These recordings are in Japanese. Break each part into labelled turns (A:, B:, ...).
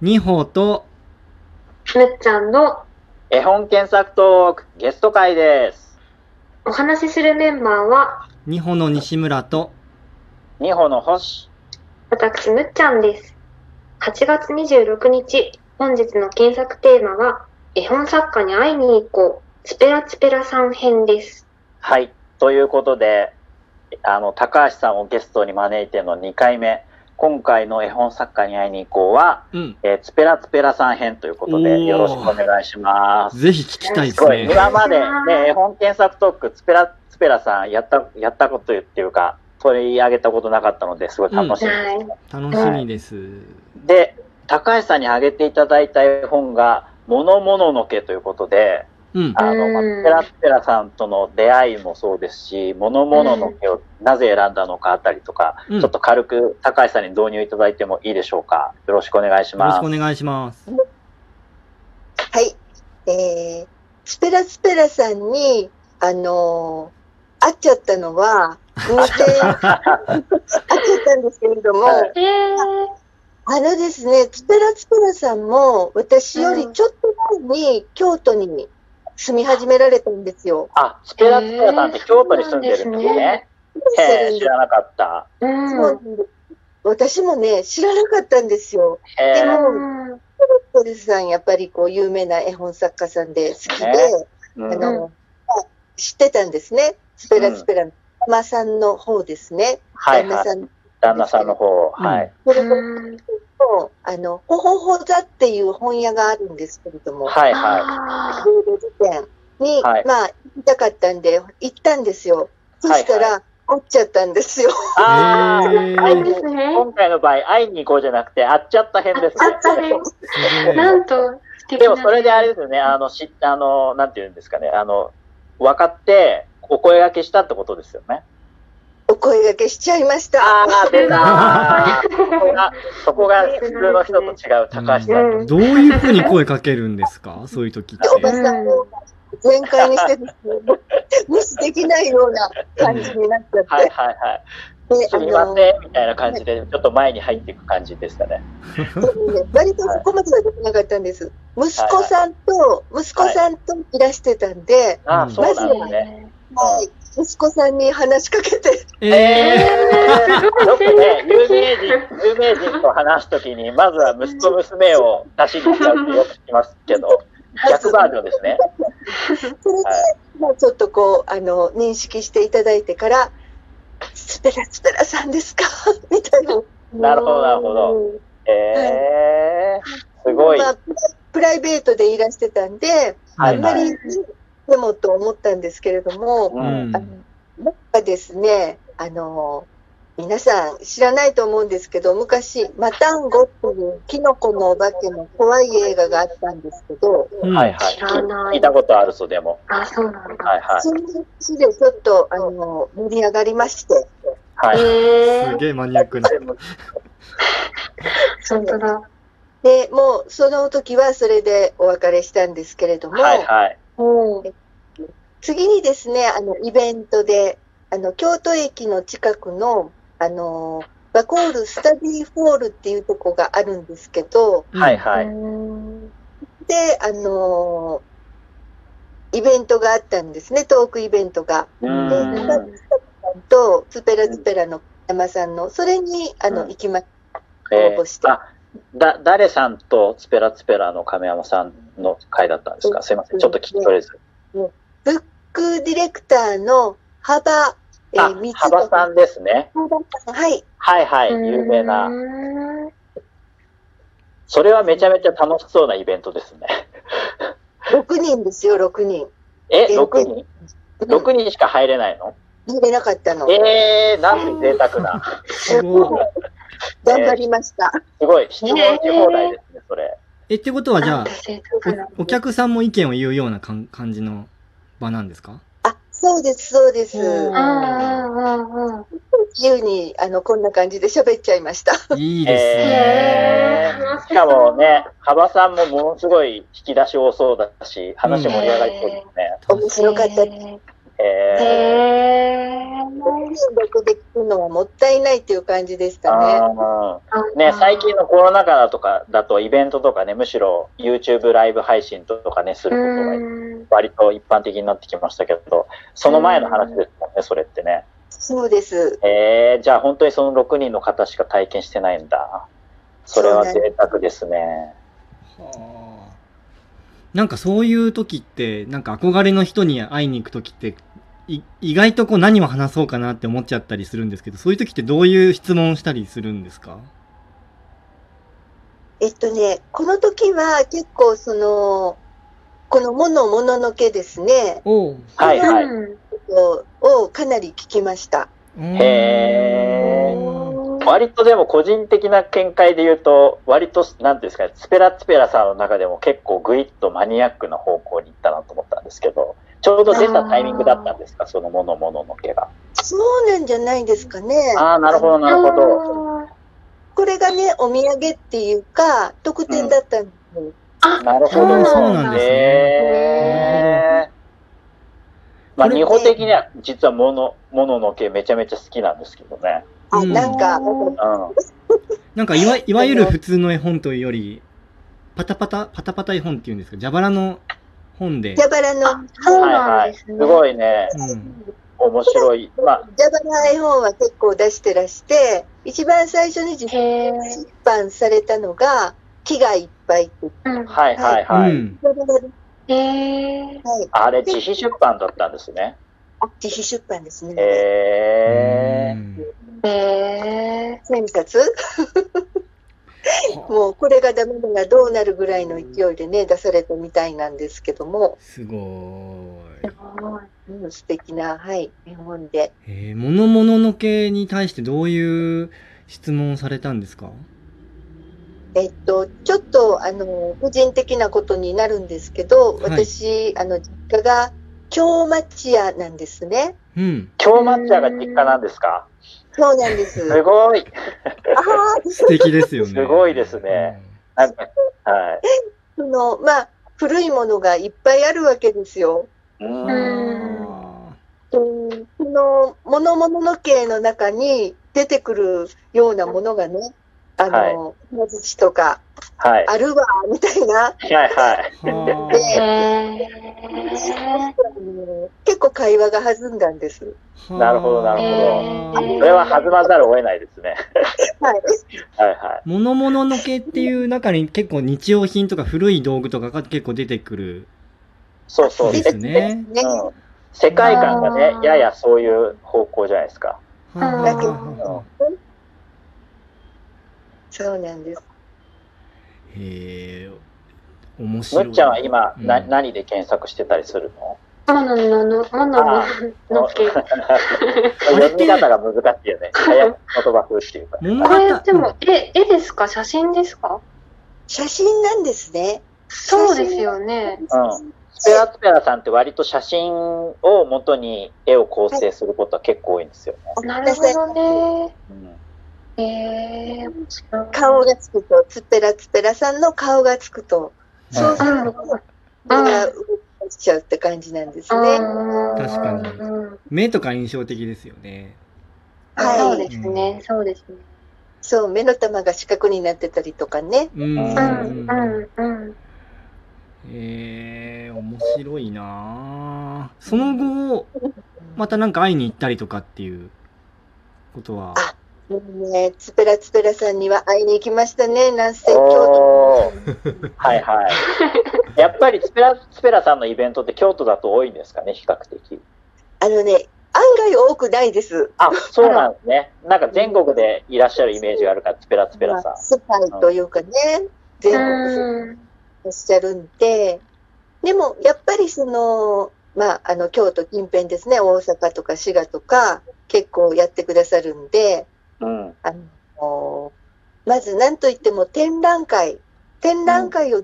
A: 二歩と
B: むっちゃんの
C: 絵本検索トークゲスト会です。
B: お話しするメンバーは、
A: 二歩の西村と
C: 二歩の星。
B: 私、むっちゃんです。8月26日、本日の検索テーマは、絵本作家に会いに行こう、スペラツペラさん編です。
C: はい。ということで、あの、高橋さんをゲストに招いての2回目。今回の絵本作家に会いに行こうは、
A: うん
C: えーツペラツペラさん編ということ
A: おー
C: で、よろしくお願いします。
A: ぜひ聞きたいですす
C: ごい。
A: ね。
C: 今まで、ね、絵本検索トーク、ツペラツペラさんやった、やったことっていうか、取り上げたことなかったので、すごい楽しみです。
B: はい。
A: 楽しみです。
C: で、高橋さんに挙げていただいた絵本が、ものもののけということで、
A: うん。
C: あの、まあ
B: うん
C: ペラッペラさんとの出会いもそうですし、ものものの毛をなぜ選んだのかあたりとか、
A: うん
C: ちょっと軽く高橋さんに導入いただいてもいいでしょうか。よろしくお願いし
A: よろし
C: ま
A: くお
C: す。
A: 願いします。
D: はい。えー、スペラスペラさんに、あのー会っちゃったのは、 偶然会っちゃったんですけれども、
C: はい
B: えー、
D: あのですね、スペラスペラさんも、私よりちょっと前に京都に住み始められたんですよ。
C: あ、スペラッペラさんって京都に住んでるんです
B: そうなん
C: ね。
D: する
C: へ
D: ん
C: え、
D: で
C: 知らなかった。
B: う
D: す
B: ん。
D: そうなんです私もね、知らなかったんですよ。
C: へえ
D: でも
B: うん
D: スペラスペラさん、やっぱりこう、有名な絵本作家さんで好きで、
C: ねう
D: あ
C: ん
D: の、知ってたんですね。スペラスペラのママさんの方ですね。
C: はい
D: 旦那
C: は
D: さ
C: い。
D: ん
C: 旦那さんの方、はい。
D: それと
B: うん
D: も、あの、ほほほ座っていう本屋があるんですけれども、
C: はいは
B: あ
D: ルール辞典に、
C: はい
D: まあ、行きたかったんで、行ったんですよ。そした
C: はい
D: ら、会っちゃったんですよ。
C: い。ああ、
A: へえ
B: ーいいですね。
C: 今回の場合、会いに行こうじゃなくて、会っちゃった編ですね。
B: 会っちゃった編
A: すごい
B: なんと素敵な。
C: でもそれであれですよね、あの、し、あの、なんて言うんですかね、あの、分かって、お声掛けしたってことですよね。
D: お声掛けしちゃいました。
C: ああ、出たーそこが、そこが普通の人と違う高橋さん。
B: うん
A: どういうふうに声かけるんですかそういう時っ
D: でおば
A: て。
D: さんを全開に してですね、無視できないような感じになっちゃって、
C: はいはいはい。
D: です
C: みません、みたいな感じで、ちょっと前に入っていく感じですかね。
D: そうね割とそこまではできなかったんです。息子さんと、息子さんといらしてたんで、
A: う
C: ああ、
A: ん
C: そうなんですね。は
D: はいい、息子さんに話しかけて、
A: え
C: え
A: え
C: ー、よくね、有名人、有名人と話すときに、まずは息子娘を出しにしちゃうってよく聞きますけど、逆バージョンですね。
D: それで、まあ、ちょっとこう、あの、認識していただいてから、スペラスペラさんですかみたいな。
C: なるほど、なるほど。
D: うん
C: えー、すごい。
D: まあ、プラプライベートでいらしてたんで、
A: は
D: あ
A: い
D: ん
A: は
D: ま
A: い
D: りでもと思ったんですけれども、
C: う
A: うんん
D: あのなんかですね、あの、皆さん知らないと思うんですけど、昔、マタンゴっていうキノコのお化けの怖い映画があったんですけど、
A: うん
C: はいは
B: 知らない
C: い。聞いたことあるそうでも。
B: あ、そうなんだ。
C: はいは
D: その話でちょっと、あの、盛り上がりまして、
C: い。はい。
B: え
A: す
B: ー、
A: げえマニアックな。
B: 本当だ。
D: で、もうその時はそれでお別れしたんですけれども、
C: はいはい。
B: うん
D: 次にですね、あの、イベントで、あの、京都駅の近くの、あの、バコールスタディホールっていうとこがあるんですけど、
C: はいはい。
B: うん
D: で、あのーイベントがあったんですね、トークイベントが。
C: う
D: で、
C: ん
D: 高橋さんとスペラスペラの山さんの、それにあの、
C: うん
D: 行きまし
C: え
D: 応募して
C: ー、あだ、誰さんとツペラツペラの亀山さんの会だったんですかすいません。ちょっと聞き取れず。
D: た。ブックディレクターの幅、え
C: あ
D: ー、光、
C: 幅さんですね。
D: 幅さんはい。
C: はいはい。有名
B: う
C: な。
B: ん
C: それはめちゃめちゃ楽しそうなイベントですね。
D: 6人ですよ、6人。
C: え、
D: 限定
C: 6人 ?6 人しか入れないの
D: 入れなかったの。
C: えー、なんて贅沢な。
A: すごい。
D: 頑張りました。
C: すごい。質問し放題ですね、それ。
A: え、ってことはじゃ
B: なん
A: あ
B: て、贅沢な
A: おお客さんも意見を言うようなかん感じの場なんですか
D: あ、そうです、そうです。
A: うん
B: うんうんうんうん。
D: 自由に、あの、こんな感じで喋っちゃいました。
A: いいですね。
C: えーしかもね、幅さんもものすごい引き出し多そうだし、話盛り上がりそうですね。
D: 面白かったです。
B: えーへ
C: え
B: え。
D: だけで聞くのはもったいないっていう感じです
C: ー
D: かね。
C: あーね、最近のコロナ禍だとかだとイベントとかね、むしろ YouTube ライブ配信とかね、することが
B: うん
C: 割と一般的になってきましたけど、その前の話ですもんね、それってね。
D: そうです。
C: えー、じゃあ本当にその6人の方しか体験してないんだ。それは
D: そうなん
C: 贅沢ですね。
A: はあなんかそういう時ってなんか憧れの人に会いに行く時ってい意外とこう何を話そうかなって思っちゃったりするんですけどそういう時ってどういう質問をしたりするんですか
D: えっとね、この時は結構その、このものもののけですね、
A: おう
C: はいはい。
B: うん
D: ををかなり聞きました。
C: へ割とでも個人的な見解で言うと、割と、なんていうんですかね、スペラツペラさんの中でも結構グイッとマニアックな方向に行ったなと思ったんですけど、ちょうど出たタイミングだったんですか、そのものものの毛が。
D: そうなんじゃないですかね。
C: ああ、なるほど、なるほど。
D: これがね、お土産っていうか、特典だったんですよ。
C: なるほど。
B: あーそうなんです
A: ね
C: へーまあ、
A: これ
C: 日本的には実はもの、ものの毛めちゃめちゃ好きなんですけどね。
D: あ、
A: うん
D: なんか、
C: うん。
A: なんかいわいわゆる普通の絵本というよりパタパタパタパタ絵本っていうんですか蛇腹の本で
D: 蛇腹の、
B: そう
C: はい
B: な
C: は
B: ん
C: い。
B: ですすね。
C: ごいね、
A: うん
C: 面白い。まあ、
D: 蛇腹絵本は結構出してらして、一番最初に自
B: へえ。
D: 出版されたのが、木がいっぱいっていう、
B: うん
C: はいはいはい。
A: うん
D: 蛇腹の
B: へえ。
D: はい、
C: あれ、自費出版だったんですね。
D: 自費出版ですね。
C: へ
A: う
C: ー。
A: ん
B: へえ。
D: 何冊もうこれがダメならどうなるぐらいの勢いでね、出されたみたいなんですけども、
A: すごい
B: すごい
D: うん、素敵な、はい、絵本で。
A: えー、ものもののけに対してどういう質問をされたんですか
D: えっと、ちょっとあの個人的なことになるんですけど、
A: はい
D: 私、あの実家が京町屋なんですね。
A: うん。
C: 京抹茶が実家なんですか
D: そうなんです。
C: すごい。
D: ああ、
A: 素敵ですよね。
C: すごいですねなんか、は
D: その、まあ、古いものがいっぱいあるわけですよ。
C: い。う
A: うん。
C: ん
A: あ
D: うんその、ものものの系の中に出てくるようなものがね、あの、小槌とか、
C: はい。
D: あるわ、みたいな、
C: はいはい。
A: ーは
B: へえ。
D: あの結構会話が弾んだんです。
A: あはあ
C: なるほどなる
B: ほど
C: それは弾まざるを得ないですね。
D: はい。
C: はいは
A: ものもののけっていう中に結構日用品とか古い道具とかが結構出てくる。
C: い。そうそう。
A: ですね。
D: ね。
C: うん世界観がね
B: あ、ー
C: ややそういう方向じゃないですか。
A: はあはあはあ
D: そうなんです。
A: へえ、面白い。
C: むっちゃんは今、な
A: うん
C: 何で検索してたりするの
B: モノのの、モノののけ。
C: 読み方が難しい よね。早口言葉風っていうか。
A: 物
B: これで
A: 語
B: も、絵、絵ですか写真ですか
D: 写真なんですね。
B: そうですよね。
C: うんスペラツペラさんって割と写真を元に絵を構成することは結構多いんですよね。
B: なるほどね。
C: うん
B: へえ。面白い
D: 顔がつくと、つっぺらつっぺらさんの顔がつくと、そうすると、目が動かしちゃうって感じなんですね。
A: 確
B: 確
A: かに目とか印象的ですよね。
D: は
B: そう
D: い。
B: ですね、そうですね。
D: そう、目の玉が四角になってたりとかね。
A: うん。
C: うん
B: うん、うん、うん。
A: えー、面白いなあその後、またなんか会いに行ったりとかっていうことは。
D: あもうね、つぺらつぺらさんには会いに行きましたね、南西京
C: おーはい はい。やっぱりスペラスペラさんのイベントって京都だと多いんですかね、比較的。
D: 都。あのね、案外多くないです。
C: あ、そうなんですね。なんか全国でいらっしゃるイメージがあるから、スペラスペラさん
D: まあ。世界というかね、全国世界
B: うん
D: おっしゃるんで、でもやっぱりその、まあ、あの京都近辺ですね、大阪とか滋賀とか、結構やってくださるんで、
C: うん。
D: あのまず何といっても展覧会、展覧会を,、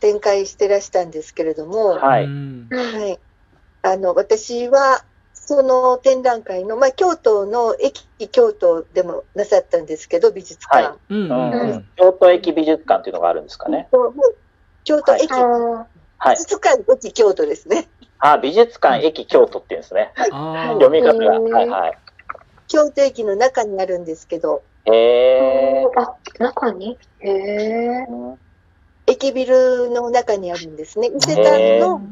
D: 展開してらしたんですけれども、は
C: はい。
A: うん
D: いあの私はその展覧会の、まあ、京都の駅京都でもなさったんですけど、美術館。
C: は
A: うんう
C: うん
A: んうん
C: 京都駅美術館っていうのがあるんですかね。
D: と京都駅
B: あ
C: はい
D: 美。術館駅京都ですね。
C: あ、美術館駅京都っていうんですね。
A: あ
C: 読み方が。
B: うん
C: はいはい。
D: 京都駅の中にあるんですけど、
C: へー
B: あ、中にへえ。
C: うん
D: 駅ビルの中にあるんですね。伊勢丹
A: あ。
D: の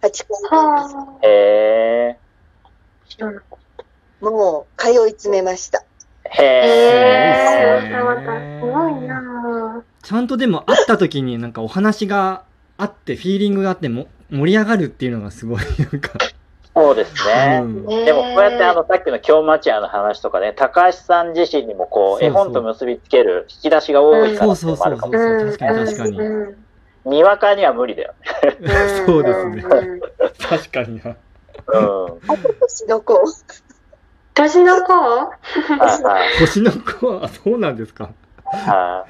D: 8階なんで
B: はあ。
C: へ
B: 知らなかっ
D: す。もう通い詰めました。
C: ー
B: た。へ
C: へー
A: すごいっす
B: え。
A: ね
B: またすごいな
A: ちゃんとでも会った時になんかお話があって、フィーリングがあっても盛り上がるっていうのがすごい、なんか。
C: そうですね。
A: うん
B: ぁ。
C: でもこうやってあ
B: の、
C: のさっきの京町屋の話とかね、高橋さん自身にもこ
A: そ
C: う
A: うそう
C: 絵本と結びつける引き出しが多いから
A: そ
C: っ
A: う
C: ていう
A: そう
C: のも
A: そ
C: ある
A: う
C: か
A: そう。
C: も、
A: 確かに確かに。
B: うん
C: にわかには無理だよね。
B: うん
A: そうですね。
B: うん
A: 確かにな。
C: うん。
D: あと年の子。
B: 年の子は
C: はいはい
A: 星の子は、あそうなんですか。
C: は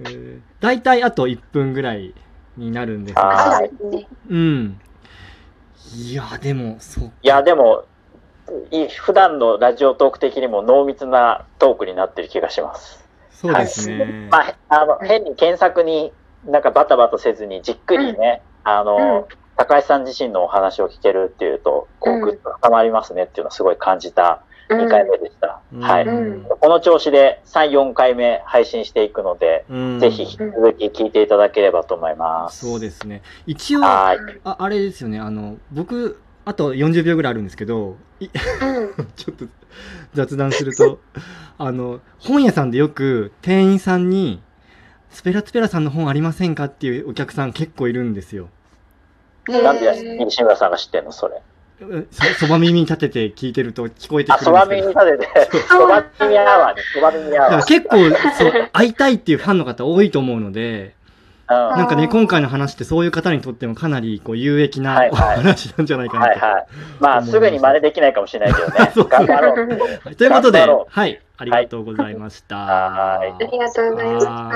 A: えー、大体あと1分ぐらいになるんですけど
C: あー
B: そうですね。
A: うん。いや、でも、そう。
C: い。いや、でも、い普段のラジオトーク的にも濃密なトークになってる気がします。
A: そうですね。
C: まあ、へあの変に検索になんかバタバタせずにじっくりね、あの、高橋さん自身のお話を聞けるっていうと、こ
B: う
C: うんグッと深まりますねっていうのをすごい感じた
B: うん
C: 2回目でした。
A: うん
C: はい。
B: うん
C: この調子で3、4回目配信していくので、
A: うん
C: ぜひ引き続き聞いていただければと思います。
A: そうですね。一応、あ
C: はーい。
A: あれですよね、あの、僕、あと40秒ぐらいあるんですけど、い
B: うん。
A: ちょっと雑談する と、あの、本屋さんでよく店員さんに、スペラツペラさんの本ありませんかっていうお客さん結構いるんですよ。
D: うん
C: なんで
B: うん
C: 西村さんが知ってんのそれ。
A: うそそば耳に立てて聞いてると聞こえて
C: あ、
A: くる
C: そ
A: んで
C: ば
A: すけ
C: 耳
A: ど。
C: に立てて、そば耳アワーね。そば耳ア
A: だから
C: ワー。
A: 結構そう会いたいっていうファンの方多いと思うので、
C: うん。
A: なんか
B: あ
A: ね、
B: ー
A: 今回の話ってそういう方にとってもかなりこう有益な
C: はい
A: お
C: はい
A: 話なんじゃないかなと。
C: はいはい。まあ、すぐに真似できないかもしれないけどね
A: そう。
C: 頑張ろう。
A: ということで
C: 頑張ろ、
A: はい、ありがとうございました。
C: は
B: ありがとうございました。